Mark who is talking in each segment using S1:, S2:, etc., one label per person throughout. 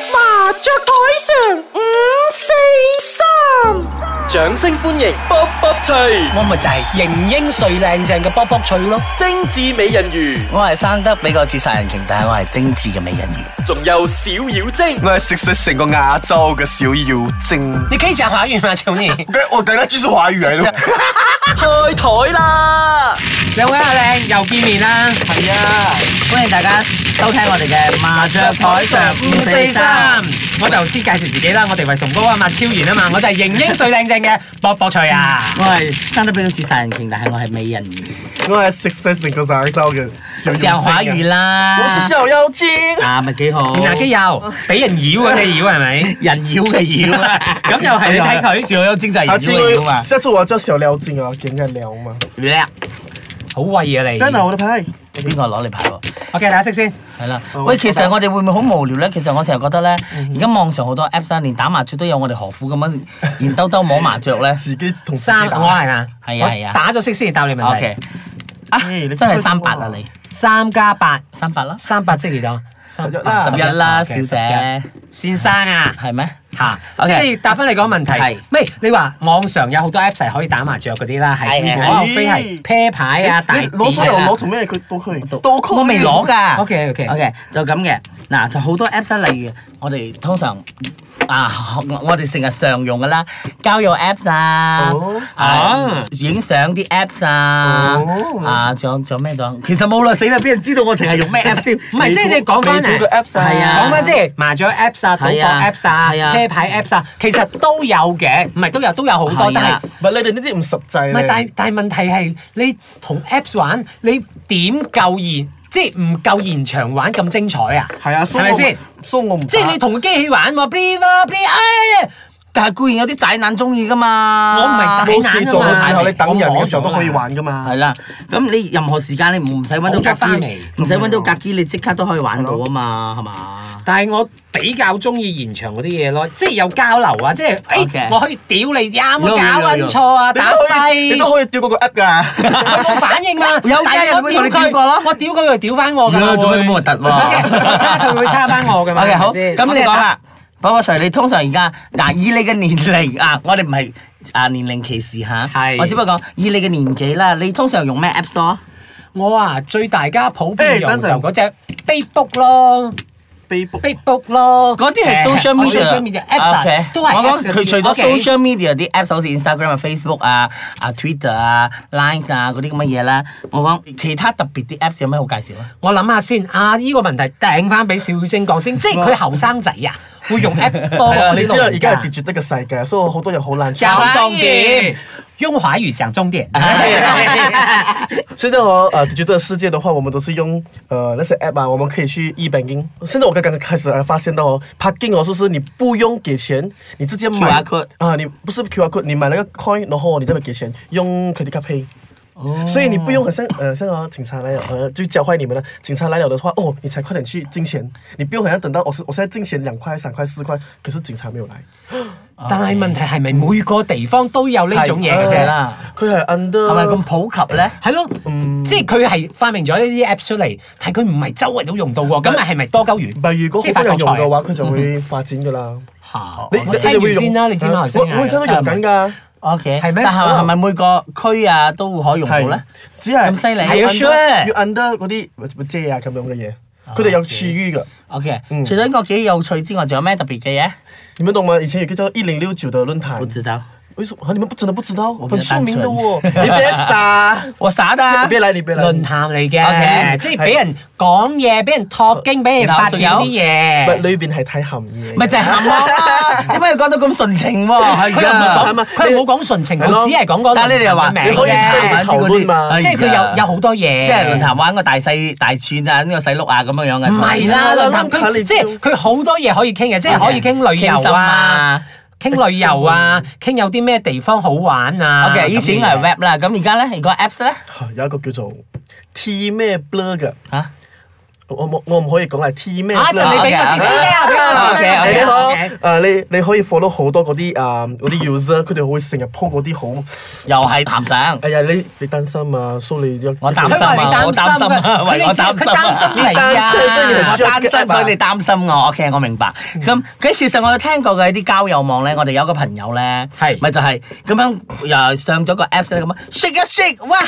S1: 雀台上五
S2: ừ,
S1: 四三，掌聲歡迎卜卜脆，
S2: 我咪就係型英帥靚正嘅卜卜脆咯，
S1: 精致美人魚，
S2: 我係生得比較似殺人鯨，但係我係精緻嘅美人魚。
S1: 仲有小妖精，
S3: 我係食食成個亞洲嘅小妖精。
S2: 你可以講華語嘛，少年？
S3: 我等下專屬華語嚟咯。
S1: 開台啦！
S2: 兩位阿靚又見面啦，
S3: 係啊，
S2: 歡迎大家收聽我哋嘅麻雀台上五四三。我頭先介紹自己啦，我哋為崇高啊嘛，超然啊嘛，我就係型英帥靚正嘅卜卜脆啊。
S4: 我係生得比較似殺人鯨，但係我係美人魚，
S3: 我係食食成個亞洲嘅小妖精。
S4: 就華語啦。
S3: 小妖精。
S4: 啊，咪幾好？
S2: 嗱，基友俾人妖嗰隻妖係咪？
S4: 人妖嘅妖啊，
S2: 咁又係你睇佢
S4: 小妖精就係
S3: 下
S4: 人
S3: 次
S4: 妖嘅妖
S3: 我
S4: 嘛。
S3: 下次我叫小妖精啊，點解撩嘛？
S4: 叻，
S2: 好威啊你。
S3: 等下我的牌。
S4: 邊個攞你牌喎？
S2: à OK，大家識先。
S4: 係啦，
S3: 哦
S4: 喂，其實我哋會唔會好無聊咧？其實我成日覺得咧，而家網上好多 apps 啦，連打麻雀都有我哋何苦咁樣現兜兜摸麻雀咧
S3: 自己同
S2: 三我係嘛？
S4: 係啊係啊
S2: 我打咗色先答你問題
S4: ？OK，。啊，
S3: 咦你
S4: 真係三八啊你，
S2: 三加八，
S4: 三八啦，
S2: 三八即係幾多？十
S3: 一啦
S4: 十一啦，小姐，
S2: 先生啊，
S4: 係咩？
S2: 嚇，
S4: OK
S2: 即係答翻你嗰個問題
S4: 係。
S2: 咩？你話網上有好多 Apps 係可以打麻雀嗰啲啦，係
S4: 係係
S2: 我非係
S3: 咦
S2: pair 牌啊、大
S3: 你攞咗
S2: 碟
S3: 又
S2: 啊
S3: 攞，做咩？佢都可以，都可以
S4: 我未攞。㗎。
S2: OK，OK
S4: OK，就咁嘅。嗱，就好多 apps 啦，例如我哋通常啊， 我我哋成日常用㗎啦，交友 apps 啊
S3: 哦，
S4: 啊影相啲 apps 啊
S3: 哦，
S4: 啊，仲有仲有咩仲？其實冇啦，死啦，俾人知道我淨係用咩 app 先？
S2: 唔係即係你講翻
S3: 美圖嘅
S2: 嚟
S3: apps 啊
S4: 係啊
S2: 講翻即係麻雀 Apps 啊、賭博
S4: 係啊
S2: Apps 啊、
S4: 係啊
S2: pair 牌 Apps 啊，其實都有嘅，唔係都有都有好多，
S4: 係
S2: 但係
S4: 啊。
S3: 唔係你哋呢啲唔實際
S2: 唔
S3: 咧
S2: 係，但係但係問題係你同 Apps 玩，你點夠現，即係唔夠現場玩咁精彩啊？
S3: 係啊，所以
S2: 係咪
S3: 我
S2: 先？
S3: 所以我唔打。
S2: 即係你同個機器玩喎，bli 啦 bli，哎，
S4: 但係固然有啲宅男中意㗎嘛。
S2: 我唔係宅啊
S3: 冇事做嘅時候，你等人嘅時候都可以玩㗎嘛。
S4: 係啦，咁你任何時間你唔唔使揾到
S2: 好咗
S4: 格
S2: 返
S4: 機
S2: 嚟，嗯
S4: 唔使揾到格機，你即刻都可以玩到啊嘛，係嘛？
S2: 但係我比較中意現場嗰啲嘢咯，即係有交流啊，即係誒
S4: OK
S2: 我可以屌你啱啊，
S4: 有
S2: 搞
S4: 有有
S2: 撚錯啊，
S3: 你都
S2: 打
S3: 可以，你都
S2: 細。
S3: 可以調嗰個 app 㗎。
S2: 佢冇反應嘛？
S4: 有
S2: 但係
S4: 嘅
S2: 我
S4: 有
S2: 屌
S4: 嘅你
S2: 佢
S4: 見過啦
S2: 我屌佢佢就屌翻我㗎啦。
S4: 你做咩
S2: 會
S4: 咁核突喎
S2: OK，我差佢會差翻我㗎嘛。
S4: OK，好，
S2: 係咪先啊
S4: 咁你講。啦，寶寶 Sir，你通常而家嗱，以你嘅年齡啊，我哋唔係啊年齡歧視嚇，
S2: 係
S4: 我只不過講以你嘅年紀啦，你通常用咩 App Store？
S2: 我啊，最大家普遍
S3: 誒
S2: 用
S3: 等
S2: 就
S3: 陣
S2: 嗰只 Facebook 咯。
S3: Facebook。
S2: Facebook 咯，
S4: 嗰 啲係 social media
S2: social media apps 啊
S4: OK，
S2: 都係
S4: 我
S2: apps
S4: 講
S2: 嚟
S4: 佢除咗
S2: OK
S4: social media 啲 apps，好似 Instagram 啊、Facebook 啊、啊 Twitter 啊、Line 啊嗰啲咁嘅嘢啦，我講其他特別啲 apps 有咩好介紹啊？
S2: 我諗下先，啊呢個問題掟翻俾小晶講先，即係佢後生仔啊，會用 app 多過
S3: 係啊，
S2: 我
S3: 你
S2: 哋
S3: 知
S2: 老
S3: 道而
S2: 人
S3: 家
S2: 家
S3: 係。跌絕得嘅世界，所以好多人好難
S2: 講
S3: 抄。
S2: 重點，用華語講重點。
S3: 現在哦，呃，跌絕的世界的話，我們都是用呃那些 app 啊，我們可以去 e banking。現在我剛剛開始呃發現到哦，parking 哦，就是你不用給錢，你直接買
S4: QR code
S3: 啊，你不是 QR code，你買那個 coin，然後你再俾給錢，用 credit card pay。所
S4: 哦
S3: 以你不用很像呃像啊警察來了，呃就教壞你們了。警察來了的話，哦，你才快點去進錢，你不用好像等到我是我現在進錢兩塊、三塊、四塊，可是警察沒有來。
S2: 但係問題係咪每個地方都有呢種嘢嘅
S4: 係
S2: 啫？
S4: 哎啦，
S3: 佢係 under
S4: 係咪咁普及咧？
S2: 係咯，即係佢係發明咗呢啲 app 出嚟，但係佢唔係周圍都用到喎，咁咪係咪多鳩
S3: 唔
S2: 魚？
S3: 係，如果
S2: 即係
S3: 好
S2: 發
S3: 多
S2: 國
S3: 人用
S2: 財
S3: 嘅話，佢就會發展噶啦。
S2: 嚇，
S3: 你啊
S2: 我聽住先啦，你知馬來西亞
S3: 我我而家都用緊㗎，
S4: O K，
S2: 係咩啊
S4: 但係係咪每個區啊都可以用到咧？
S3: 只係
S4: 咁犀利
S3: 要
S2: Are you sure？
S3: under- 要 under 嗰啲咪遮啊咁樣嘅嘢，佢哋有區域嘅。
S4: O K，
S3: 嗯
S4: 除咗呢個幾有趣之外，仲有咩特別嘅嘢？
S3: 你們懂嗎？以前有個叫一零六九的
S4: 不
S3: 論 壇，
S4: 知道，
S3: 為什麼？啊你們不真的不知道？
S4: 我比
S3: 很
S4: 較
S3: 出
S4: 單
S3: 名的
S4: 純
S3: 哦。你別傻，
S4: 我耍的。
S3: 你別來，你別來。
S2: 論壇啊嚟
S4: OK，
S2: 嘅，即係俾人講嘢，俾人托經，俾人發表啲
S3: 唔係
S2: 嘢。
S3: 裏邊係睇含嘢。
S4: 咪就係鹹咯，點解要講到咁純情喎？
S2: 佢又冇
S4: 哦係
S3: 係咪
S2: 講，佢又冇講純情，佢
S3: 係咯
S2: 只係講嗰個
S4: 但係你哋又話
S2: 名
S3: 你可以即係
S2: 啫
S3: 你討論嘛？
S2: 即係佢有有好多嘢。
S4: 哎即係論壇玩個大細大串啊，呢個細碌啊咁樣樣嘅。
S2: 唔係啦，
S3: 係啦
S2: 論壇
S3: 論壇
S2: 佢
S3: 你
S2: 即係佢好多嘢可以傾嘅，即係可以傾旅遊啊，傾旅遊啊，傾有啲咩地方好玩啊。
S4: OK，以前係
S2: 咁樣
S4: web 啦，咁而家咧，而家 apps 咧
S3: 有一個叫做 T 咩 blur 嘅。
S4: 嚇，
S3: 我冇我唔可以講係 T 咩
S2: 啊一陣
S3: 啦
S2: 你。俾個字
S4: OK，OK，
S2: 師姐啊，俾我
S4: 啊
S2: 啦
S4: OK，OK，
S3: 你
S2: 俾
S3: 好，
S2: 我啦
S3: 誒你你可以 follow 好多嗰啲誒嗰啲 user，佢哋會成日 po 嗰啲好，
S4: 又係談上，
S3: 哎呀你你擔心啊，所以你
S4: 我擔
S2: 佢
S4: 心
S2: 話你
S4: 啊，我擔心啊，
S2: 擔心㗎
S4: 喂，我擔心
S2: 佢擔心
S4: 啊
S2: 呢。係
S3: 單
S2: 啊
S3: 身所以你係
S4: 我
S3: 需要
S4: 單
S3: 嘅
S4: 身，
S3: 嘛
S4: 所以你擔心我。OK，我明白。咁佢其實我有聽過嘅啲交友網咧，我哋有一個朋友咧，
S2: 係
S4: 咪就係咁樣又上咗個 Apps 咧，咁樣 shake 一 shake，哇！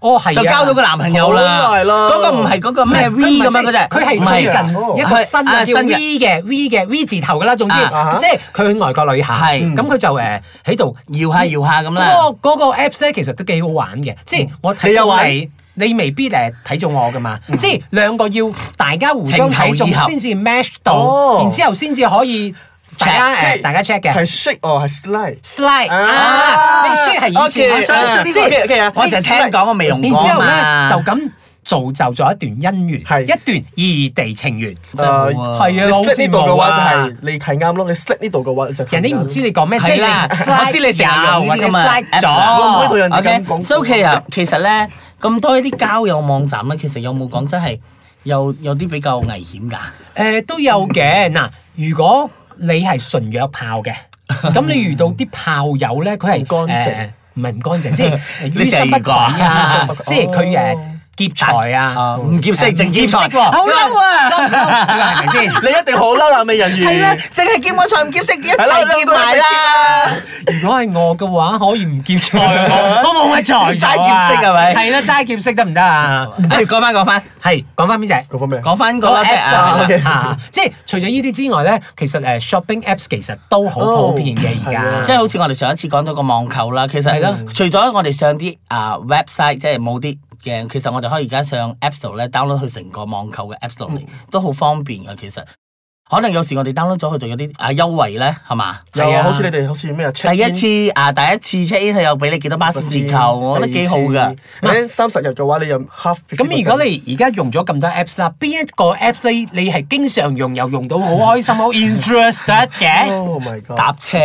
S2: 哦係啊
S4: 就交咗個男朋友啦，
S3: 好耐啦
S4: 嗰個唔係嗰個咩 V 咁樣嗰隻，
S2: 佢係
S4: 唔
S2: 最
S3: 㗎
S2: 近一個新
S4: 係啊
S2: 嘅叫
S4: 新
S2: V
S4: 嘅
S2: 嘅 V 嘅 V 字頭噶啦，總之
S3: 啊
S2: 即係佢去外國旅行，
S4: 係
S2: 咁佢就誒喺度
S4: 搖下搖下咁啦嗯
S2: 嗰。個嗰個 apps 咧，其實都幾好玩嘅，即係我睇
S3: 你有
S2: 中
S3: 玩
S2: 你。你未必誒睇中我噶嘛，即係兩個要大家互相睇中
S4: 嗯情投意合
S2: 先至 match 到
S3: 哦，
S2: 然之後先至可以大家呃
S4: Check
S2: 誒大家 check
S3: 係
S2: 嘅
S3: shake 哦係 slide。
S2: slide 啊，你 share 係以前
S4: Ờ,
S3: Ờ, OK，
S2: 我相信
S3: 啊
S2: 呢個
S3: OK，OK 啊
S4: 我就係聽講個美容
S2: 然
S4: 哥
S2: 之後咧
S4: 嘛，
S2: 就咁造就咗一段姻緣，
S3: 係
S2: 一段異地情緣。
S4: 真
S3: Ờ,
S4: 係好啊
S2: 係
S3: 你
S2: 啊好
S3: slide 呢
S2: 羨
S3: 度
S2: 慕
S3: 嘅話
S2: 啊
S3: 就係你睇啱咯，你 slide 呢度嘅話就睇
S2: 人哋唔知你講咩，即
S4: 係
S2: 係
S4: 啦，
S2: 你 slide
S4: 我知你成
S3: Dạ,
S4: 日用呢
S2: 或者
S4: 啲嘛
S2: slide 咗，
S3: 我唔可以同人哋咁
S4: OK，
S3: 講
S4: 所以其實其實咧咁多呢啲交友網站咧，其實有冇講真係有有啲比較危險㗎？
S2: 誒都有嘅。嗱，如果你係純約炮 嘅，咁你遇到啲炮友咧，佢係
S3: 唔乾淨
S2: 誒唔係唔乾淨，即係於
S4: 你成
S2: 心
S4: 日
S2: 不
S4: 遇過啊
S2: 軌啊
S3: 於心不，軌
S2: 即係佢誒劫財
S3: Ờ,
S2: 啊，
S4: 唔劫色，淨劫財，
S2: 好
S4: 好
S2: 嬲
S4: 嬲
S3: à.
S2: 啊！
S4: 啊！
S2: 係咪先？
S3: 你一定好嬲啦，美人魚。
S4: 係啦，淨係劫我財唔劫色，一齊劫埋啦！
S2: 如果係我嘅話，可以唔劫 財啊，我我冇乜財咗啊
S4: 齋劫色係咪
S2: 係啦，齋劫色得唔得啊？
S4: 誒，講翻講翻
S2: 係講翻邊隻？
S3: 嗰方咩？
S4: 講翻嗰
S2: 嗰個
S4: 個
S2: apps 啦
S3: OK
S2: 係啦，即係除咗呢啲之外咧，其實誒 shopping apps 其實都好普遍嘅而
S3: 哦係啊
S2: 家，
S4: 即係好似我哋上一次講到個網購啦，其
S2: 嗯
S4: 實
S2: 係咯
S4: 除咗我哋上啲啊 website 即係冇啲嘅，其實我哋可以而家上 App Store 咧 download 去成個網購嘅 App Store
S2: 嗯
S4: 嚟，都好方便嘅其實。可能有時我哋 download 咗佢仲有啲啊優惠咧，係嘛？
S3: 有
S2: 係啊
S3: 啊，好似你哋好似咩啊？
S4: 第一次啊，第一次 check in 佢又俾你幾多巴士折扣，我覺得幾好㗎。。
S3: 誒三十日嘅話，你有 um, half。
S2: 咁如果你而家用咗咁多 apps 啦，邊一個 apps 咧你係經常用又用到好開 心、好 interested 嘅？
S3: Oh my god！
S4: 搭 車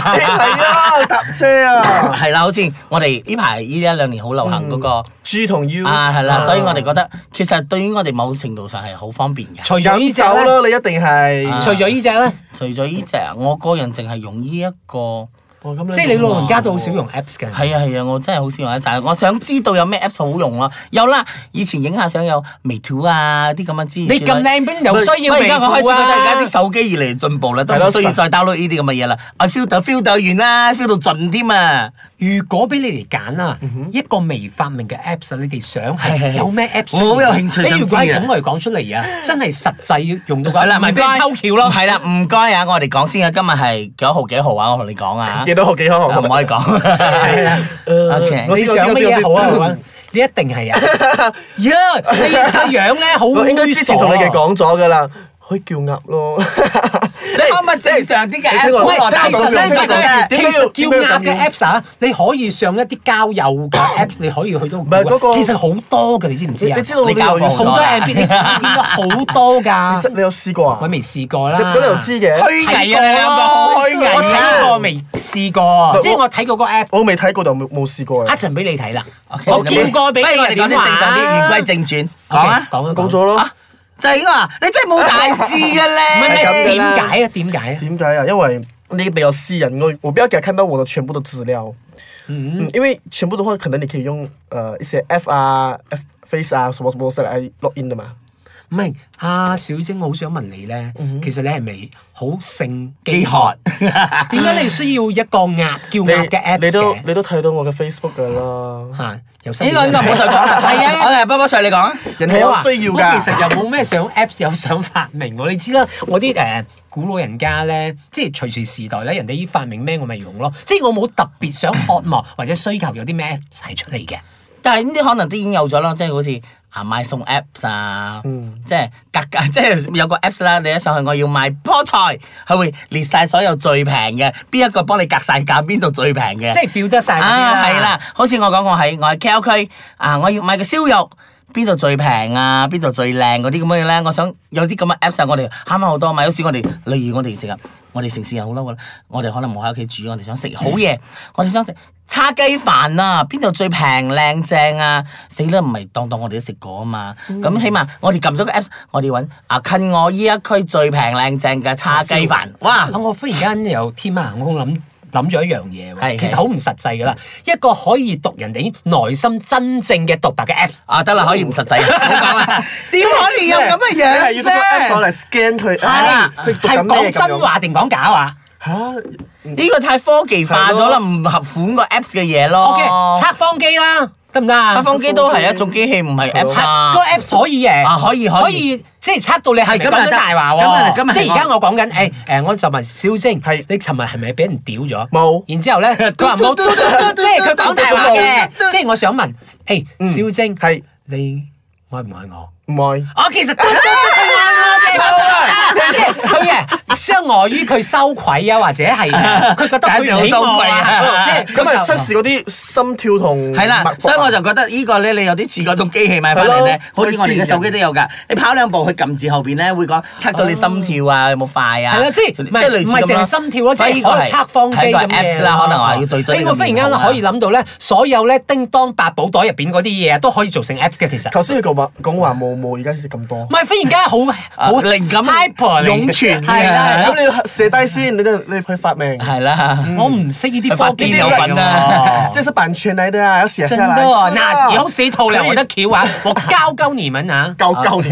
S3: 係啊，搭車啊
S4: 係啦，好似我哋呢排呢一兩年好流行嗰個
S3: ，G 同 U Ờ.
S4: 啊，係啦，所以我哋覺得其實對於我哋某程度上係好方便嘅。
S2: 除咗呢
S3: 飲
S2: 只
S3: 酒
S2: 咧，
S3: 咯，你一定
S4: 啊
S3: 係。
S2: 除咗呢只咧，
S4: 除咗呢只，我個人淨係用呢一個，
S3: 哦咁
S2: 即係你老人家都好
S3: 喎
S2: 少用。apps 嘅。
S4: 係啊係啊，我真係好少用一但係我想知道有咩 app 好用咯。有啦，以前影下相有微圖啊啲咁嘅資
S2: 你咁靚邊有需要
S4: 而家我開始
S2: 微
S4: 覺
S2: 圖
S4: 得而家
S2: 啊
S4: 啲？手機越嚟越進步啦，都
S3: 係
S4: 唔
S3: 咯
S4: 需要
S3: 實
S4: 再 download 呢啲咁嘅嘢啦。我 feel 到 feel 到完啦，feel 到盡添啊！
S2: 如果俾你哋揀啦，一個未發明嘅 apps，你哋想
S4: 係係
S2: 係
S4: 係
S2: 有咩 apps？
S4: 我好有興趣
S2: 你
S4: 想
S2: 如果
S4: 知
S2: 係
S4: 啊
S2: 咁嚟講出 嚟啊，真係實際用到嘅，
S4: 係啦，唔
S2: 咪俾
S4: 該，
S2: 人偷橋咯。
S4: 係啦，唔該啊，我哋講先啊，今日係幾多號幾號啊？我同你講啊，
S3: 幾多號？幾多
S4: 啊
S3: 號？
S4: 唔可以講。
S2: 係啦，
S4: OK，
S3: 我
S2: 你
S3: 先我
S2: 想
S3: 先
S2: 乜嘢好
S3: 我
S2: 啊？
S3: 先
S2: 好啊，你一定 係啊！呀，你個樣咧好
S3: 我應該
S2: 猥
S3: 之前
S2: 瑣
S3: 同你哋
S2: 啊。
S3: 講咗㗎啦，可以叫鴨 咯。
S4: 你啱咪正常啲嘅
S3: 你聽我
S2: 喂，
S3: 講
S2: 但
S3: 大
S2: 係
S3: 講
S2: 其實
S3: 先
S2: 咧，其
S3: 點解要
S2: 實叫鴨
S3: 點解要
S2: 嘅
S3: 咁
S2: apps 啊，你可以上一啲交友 嘅 apps，你可以去到。唔
S3: 係嗰個
S2: 其實好多嘅，你知唔知啊？
S3: 你知道我
S4: 你
S3: 哋
S4: 教
S3: 留
S4: 過
S3: 意
S2: 好
S3: 數
S2: 多
S4: 我啦
S2: app，你見到好多㗎。
S3: 你有試過啊？
S2: 我未試過啦。
S3: 咁你又知嘅？
S4: 虛偽啊，你兩個好虛
S2: 我
S4: 偽
S2: 睇過
S4: 啊！
S2: 未試過，即係我睇過個 app，
S3: 我未睇過就冇冇試過
S2: 一
S3: 啊。
S2: 陣俾你睇啦。
S4: OK，
S2: 我叫過俾
S4: 不
S2: 你
S4: 如我哋講啲
S2: 點
S4: 正常啲，
S2: 玩
S4: 言歸正傳，講啊，
S2: 講啊
S3: 講咗咯，
S4: 就係我話你真係冇大志嘅
S2: 唔係
S4: 咧。
S2: 你點解啊？點解啊？
S3: 點解啊？因為你比較私人，我我不要給他看到我的全部的資料。嗯，因為全部的話，可能你可以用呃一些 F 啊、F Face 啊什麼什麼來 log in 的嘛。
S2: 唔係阿小晶，我好想問你咧，
S4: Ừ
S2: 其實你係咪好性
S4: 飢渴？
S2: 點解你需要一個鴨叫
S3: 你
S2: 鴨嘅 apps
S3: 你都
S2: 嘅？啊
S3: 你都睇到我嘅 Facebook 噶啦，
S2: 嚇，有新
S4: 呢個應該唔好再講啦。係啊，我哋波波帥你講啊。
S3: 人係有需要
S2: 我
S3: 㗎。
S2: 其實又冇咩想 Apps 有想發明喎，你知啦，我啲誒、呃古老人家咧，即係隨時時代咧，人哋發明咩我咪用咯，即係我冇特別想渴望 或者需求有啲咩 Apps 係出嚟嘅。
S4: 但係呢啲可能都已經有咗啦，即係好似啊買餸 apps 啊，即係格 價，即係有個 apps 啦，你一上去我要買菠菜，佢會列晒所有最平嘅，邊一個幫你格晒價，邊度最平嘅，
S2: 即係 feel 得晒嗰啲
S4: 啊係啦，好似我講我喺我喺 KL 啊區啊，我要買個燒肉。邊度最平啊，邊度最靚嗰啲咁樣咧。我想有啲咁嘅 Apps 啊，我哋慳翻好多嘛。有時我哋例如我哋成日，我哋城市人好嬲噶啦，我哋可能冇喺屋企煮，我哋想食好嘢，我哋想食。叉雞飯啊，邊度最平靚正啊？死啦，唔係當當我哋都食過啊嘛。咁、起碼我哋撳咗個 Apps，我哋揾啊近我依一區最平靚正嘅叉雞飯，哇！
S2: 啊！我忽然間又天馬行空諗諗咗一樣嘢喎，
S4: 係
S2: 其實
S4: 係
S2: 好唔實際噶啦，一個可以讀人哋內心真正嘅獨白嘅 Apps。
S4: 啊，得啦，可以唔 實際，唔好講啦。點可以有咁嘅
S3: 係
S4: 樣
S3: 要通過 app
S4: 啫？
S3: 嚟 scan À, 佢，
S4: 係啦
S3: 佢讀緊
S2: 係
S3: 咩
S2: 講
S3: 咁
S2: 真
S3: 樣？
S2: 話定講假話
S3: 嚇，
S4: 呢個太科技化咗啦，唔合款個 Apps 嘅嘢咯。
S2: ？OK，測
S3: 哦
S2: 謊機啦，得唔得啊？
S4: 測謊機都係一種機器，唔係 Apps
S2: 係
S4: 啊
S2: 個。Apps 可以嘅，
S4: 啊可以可以
S2: 即係測到你係
S4: 係今日
S2: 講緊
S4: 得
S2: 大話
S4: 今日
S2: 喎。
S4: 今日
S2: 即係
S4: 係
S2: 而家我講緊，誒誒，我就問小晶
S3: 係，
S2: 你尋日係咪俾人屌咗？
S3: 冇
S2: 然之後咧，佢話冇，
S4: 嘟嘟嘟嘟
S2: 即係佢講大話嘅
S4: 嘟嘟嘟。
S2: 即係我想問，誒，
S3: 嗯
S2: 小晶，
S3: 係
S2: 你愛唔愛我？
S3: 唔愛。
S2: 我其實都係我嘅，即係佢嘅相礙於佢羞愧啊，或者係佢覺得佢唔起我啊，即係
S3: 咁咪
S2: 佢就
S3: 測試嗰啲心跳同
S4: 係啦
S3: 脈，搏
S4: 所以我就覺得呢個咧，你有啲似嗰種機器買翻嚟咧，好似我哋嘅手機都有㗎。你跑兩步，佢撳字後邊咧會講測到你心跳啊，有冇快啊？
S2: 係啦，即係唔係唔係淨係心跳咯，即係可能測方機
S4: 係
S2: 咁
S4: 一個 Apps
S2: 嘅
S4: 啦，可能話要對準你
S2: 誒
S4: 個
S2: 我忽然
S4: 面
S2: 間
S4: 孔啊
S2: 可以諗到咧，所有咧叮當百寶袋入邊嗰啲嘢都可以做成 Apps 嘅，其實。
S3: 頭先佢講話講話冇冇，而家先咁多
S2: 唔。係，忽然間 好好
S4: 靈感
S2: hyper 嚟嘅
S4: 湧泉
S2: 係啦。
S3: 咁你要寫低先，你就你去發明。
S4: 係啦。
S2: 我唔識 呢啲科技
S4: 呢
S2: 嚟㗎
S4: 啲有品啊
S2: 喎
S3: 这是版權來的啊，要寫
S2: 真
S3: 下
S2: 的
S3: 來。
S2: 哦，
S3: 是
S2: 那以後死透了，
S3: 可以
S2: 我的 Q 啊，我教教你 們啊，
S3: 搞搞你。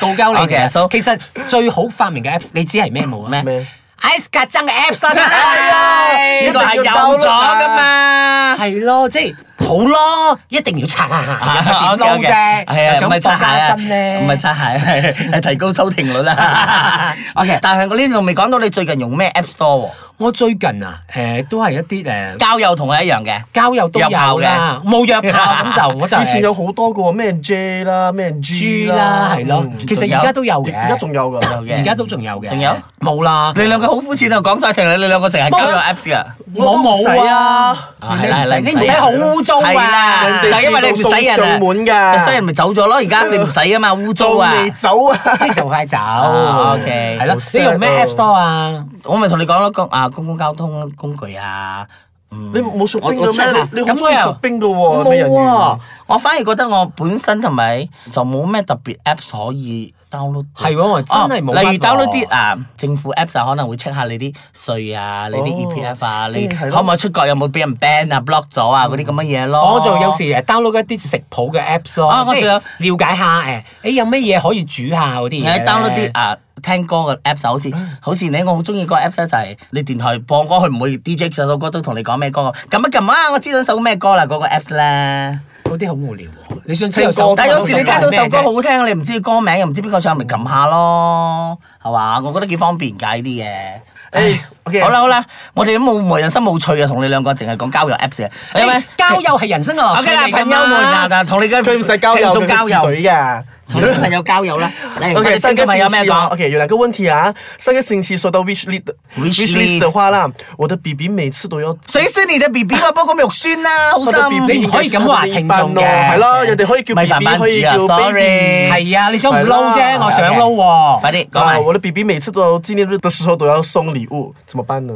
S2: 告教你
S4: Okay,
S2: 嘅。
S4: so-
S2: 其實最好發明嘅 apps，你知係咩冇啊？
S4: 咩
S3: 咩
S2: Ice 格爭嘅 apps 啦，
S3: 啊
S4: 呢個係有咗㗎嘛。
S2: 係咯，即係好咯，一定要擦下下，
S4: 啊
S2: 有乜點撈
S4: 係
S2: 啫？
S4: 啊，
S2: 又
S4: 唔
S2: 想
S4: 係擦
S2: 放
S4: 鞋
S2: 下
S4: 啊，
S2: 身咧，
S4: 唔係擦鞋， 係係提高收聽率啦。OK，但係我呢度未講到你最近用咩 App Store à? 喎？
S2: 我最近啊，誒都係一啲誒
S4: 交友同我一樣嘅，
S2: 交友都有啦，冇約炮咁就我就係
S3: 以前有好多個喎咩 J 啦，咩 G Ừ.
S2: 豬啦，係咯
S3: 嗯，
S2: 其實而家都有嘅，
S3: 而家仲有㗎。
S4: 有嘅。
S2: 而家都仲有嘅，
S4: 仲有
S2: 冇啦？
S4: 你兩個好膚淺啊！講晒成日你兩個成日交友 Apps 㗎。
S2: 我冇啊，
S4: 啊係啦係啦
S2: 你唔使好污糟
S4: 係
S2: 啊
S4: 啦！
S3: 人
S4: 就
S3: 哋
S4: 係因為你唔使人啊
S3: 自動送上門㗎
S4: 所以人咪走咗咯。而家你唔使啊嘛，污糟
S3: 仲
S4: 啊！
S3: 未走啊！
S2: 即係就快走
S4: 啊，OK，
S2: 係咯
S3: 好。sad
S2: 你用咩
S3: 啊
S2: App Store 啊？
S4: 我咪同你講咯，公啊公共交通工具啊，嗯
S3: 你冇熟冰
S4: 我我
S3: 嘅
S4: 真係
S3: 咩？你你好中
S2: 咁我
S4: à?
S3: 意
S2: 又
S3: 熟冰嘅喎，美人
S4: 冇
S3: 魚
S4: 啊。！我反而覺得我本身同埋就冇咩特別 Apps 可以 download 到。
S2: 係喎我真係冇乜
S4: 哦例如
S2: 喎
S4: download 啲啊政府 Apps 啊，可能會 check 下你啲税啊，你啲
S3: 哦
S4: EPF 啊，你
S3: 嗯係咯
S4: 可唔可以出國，有冇俾人 ban 啊 block 咗啊嗰啲咁嘅嘢咯。
S2: 哦我就有時誒 download 一啲食譜嘅 Apps 咯
S4: 啊，我
S2: 即係
S4: 仲
S2: 了解下誒，誒有咩嘢可以煮下嗰啲嘢
S4: 你
S2: 咧。
S4: download 啲啊聽歌嘅 apps 好似好似你我好中意嗰個 apps 咧就係你電台播歌，佢唔會 DJ 首首歌都同你講咩歌，撳一撳啊，我知道首咩歌啦嗰個 apps 咧。
S2: 嗰啲好無聊喎。你想知道首歌
S3: 聽歌
S4: 但係有時你聽到
S2: 咩啫
S4: 首歌好聽，你唔知歌名又唔知邊個唱，咪撳下咯，係嘛？我覺得幾方便㗎呢啲嘢。
S3: 誒，OK，
S4: 好啦好啦，我哋都冇冇人生冇趣啊，同你兩個淨係講交友 apps 嘅，係咪
S2: 誒？ 交友係人生嘅樂
S4: O
S2: 趣
S4: K 啦，
S2: 嚟㗎嘛
S4: 朋友們啊，嗱同你嘅
S3: 佢唔使交友，
S4: 聽眾交
S3: 佢自
S4: 友，
S3: 隊㗎。
S4: 同你嘅朋友交友 啦。嚟我
S3: OK，
S4: 哋
S3: 上
S4: 聽
S3: 个
S4: 眾朋友
S3: 星
S4: 咩
S3: 期啊
S4: 講？
S3: ，OK，有两个问题啊。上个星期说到 wish list 的
S4: Wish list
S3: 的话啦，我的 BB 每次都要。
S4: 谁是你的 B B 啊？煲咁肉酸啦，好
S3: 我的 BB
S4: 心。
S2: 你唔可以咁話聽眾嘅
S3: 係咯，人哋可以叫
S4: 咪凡
S3: BB，
S4: 凡
S3: 可以
S4: 子啊
S3: 叫
S4: sorry
S3: baby。
S2: 係啊，你想唔撈
S3: 係
S2: 啫？
S3: 啦
S2: 我想撈
S4: 快
S2: 喎。
S4: 啲講
S3: 啊，
S4: 埋
S3: 我，的 BB 每次都纪念日的时候都要送礼物，怎么办呢？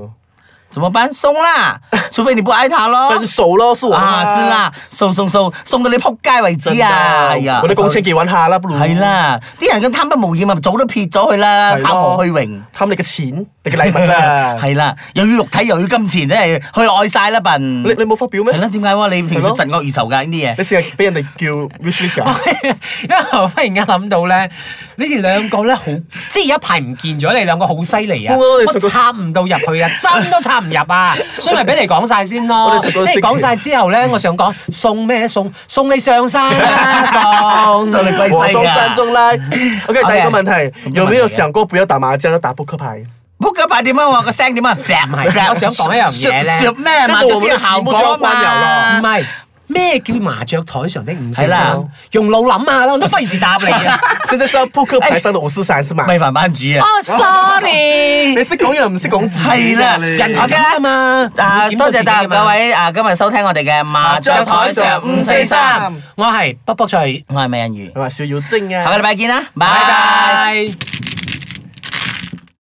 S4: 怎麼辦？送 啦，除非你不愛他咯。
S3: 分手咯，是我
S4: 啊，是啦，送送送，送到你撲街為
S3: 真
S4: 止
S3: 的
S4: 啊！哎呀，
S3: 我的工錢給完他啦，不如
S4: 係，啦，啲人咁貪得無厭啊，早都撇咗佢啦，
S3: 係咯
S4: 貪慕虛榮。
S3: 貪你嘅錢，你嘅禮物咋？
S4: 係啦，又要肉體又要金錢，真係去愛晒啦笨。
S3: 你你冇發表咩
S4: 係？啦，點解喎？你平時
S3: 係咯
S4: 嫉惡如仇㗎呢啲
S3: 你
S4: 嘢？
S3: 成日俾人哋叫 wish list 㗎？
S2: 因為我忽然間諗到咧，你哋兩個咧好，即係有一排唔見咗，你兩個好犀利啊！
S3: 我我哋
S2: 我
S3: 上個
S2: 插唔到入去啊， 針都插唔入 啊，所以咪俾你講晒先咯。
S3: 我哋上個星期
S2: 你講晒之後咧，我想講送咩送送你上山 啦，送
S4: 送你歸
S3: 我
S4: 西
S3: 中
S4: 啊
S3: 山中啦。OK，
S4: OK
S3: 第一個問題，有沒有想過不要打麻將，要打撲克牌？
S4: 撲街牌點啊？我個聲點啊？石唔
S2: 係我想講一樣嘢咧
S4: 咩？
S3: 即係
S4: 麻
S3: 做
S4: 雀先
S3: 我們的
S4: 有效
S3: 題目
S4: 果啊
S3: 就要關掉
S4: 嘛
S2: 唔。
S3: 咯
S2: 係咩叫麻雀台上的五四
S4: 係啦
S2: 三？用腦諗下啦，我都 費事答你啊！
S3: 現在是要撲克牌上的五四三是嘛？
S4: 咪煩班主啊
S2: 哦！
S3: 你
S2: sorry，
S3: 識講又唔識講字，
S4: 係啦
S3: 你
S2: 人係
S4: OK
S2: 咁噶嘛？
S4: 啊，
S2: 會檢討
S4: 多
S2: 自
S4: 謝
S2: 己
S4: 大
S2: 㗎
S4: 家
S2: 嘛
S4: 各。位啊，今日收聽我哋嘅麻雀台上五四三，
S2: 我係卜卜脆，
S4: 我係美人魚，
S3: 係嘛？小妖精啊！
S4: 下個禮拜見啦，拜
S2: 拜
S4: 拜。
S2: 拜。